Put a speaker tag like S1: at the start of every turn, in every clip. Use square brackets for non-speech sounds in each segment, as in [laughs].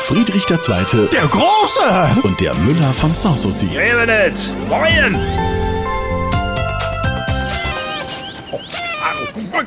S1: Friedrich II.
S2: Der Große!
S1: und der Müller von Sanssouci.
S2: Revenitz! Moin!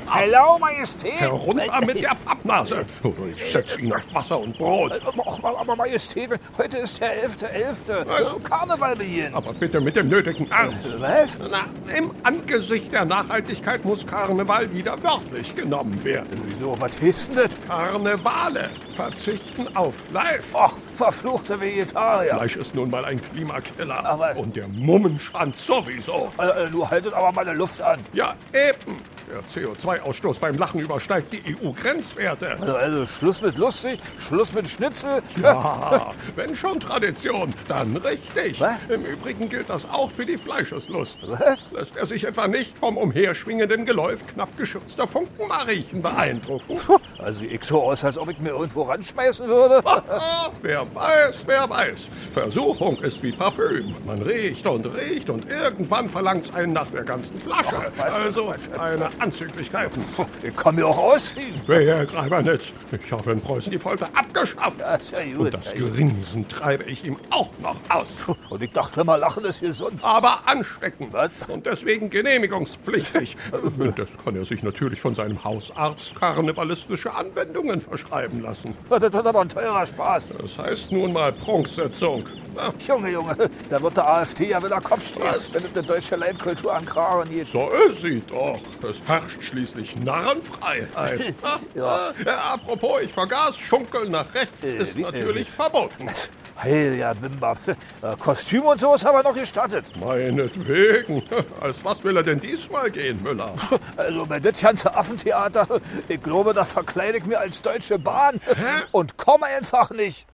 S3: Hello, Majestät.
S2: Runter mit der Pappnase! Oder ich setz ihn auf Wasser und Brot.
S3: Ach, aber Majestät, heute ist der 11.11.
S2: Was?
S3: Karneval beginnt.
S2: Aber bitte mit dem nötigen Ernst.
S3: Was?
S2: Na, im Angesicht der Nachhaltigkeit muss Karneval wieder wörtlich genommen werden.
S3: Wieso, was ist denn das?
S2: Karnevale verzichten auf Fleisch.
S3: Ach, verfluchte Vegetarier.
S2: Fleisch ist nun mal ein Klimakiller.
S3: Aber-
S2: und der Mummenschanz sowieso.
S3: Äh, äh, du haltet aber meine Luft an.
S2: Ja, eben. Der CO2-Ausstoß beim Lachen übersteigt die E EU-Grenzwerte.
S3: Also, also Schluss mit lustig, Schluss mit Schnitzel.
S2: Ja, [laughs] wenn schon Tradition, dann richtig.
S3: Was?
S2: Im Übrigen gilt das auch für die Fleischeslust.
S3: Was?
S2: Lässt er sich etwa nicht vom umherschwingenden Geläuf knapp geschürzter Funkenmariechen beeindrucken?
S3: Also ich so aus, als ob ich mir irgendwo ranschmeißen würde.
S2: Ah. Haha, wer weiß, wer weiß. Versuchung ist wie Parfüm. Man riecht und riecht und irgendwann verlangt's einen nach der ganzen Flasche.
S3: Ach, was,
S2: also
S3: was, was.
S2: eine Anzüglichkeit.
S3: Ich kann mir auch ausziehen.
S2: Wehe, Greibernitz, ich habe in Preußen die Folter abgeschafft.
S3: Ja, ist ja gut.
S2: Und das Grinsen treibe ich ihm auch noch aus.
S3: Und ich dachte mal, Lachen ist gesund.
S2: aber ansteckend
S3: Was?
S2: und deswegen genehmigungspflichtig.
S3: [laughs]
S2: Das kann er sich natürlich von seinem Hausarzt karnevalistische Anwendungen verschreiben lassen.
S3: Das wird aber ein teurer Spaß.
S2: Das heißt nun mal Prunksetzung. Na,
S3: Junge, Junge, da wird der AfD ja wieder Kopf stehen,
S2: Was?
S3: wenn es der deutsche Leitkultur an Kragen geht.
S2: So ist sie doch. Es herrscht schließlich Narrenfreiheit.
S3: [laughs] Ja.
S2: Äh, apropos, ich vergaß, Schunkeln nach rechts
S3: Äh,
S2: ist
S3: wie-
S2: natürlich
S3: äh,
S2: verboten.
S3: Heiliger Bimbab. Äh, Kostüm und so ist aber noch gestattet.
S2: Meinetwegen. [laughs] Als was will er denn diesmal gehen, Müller?
S3: Also bei das ganze Affentheater, ich glaube, da verkleide ich mir als Deutsche Bahn und komme einfach nicht.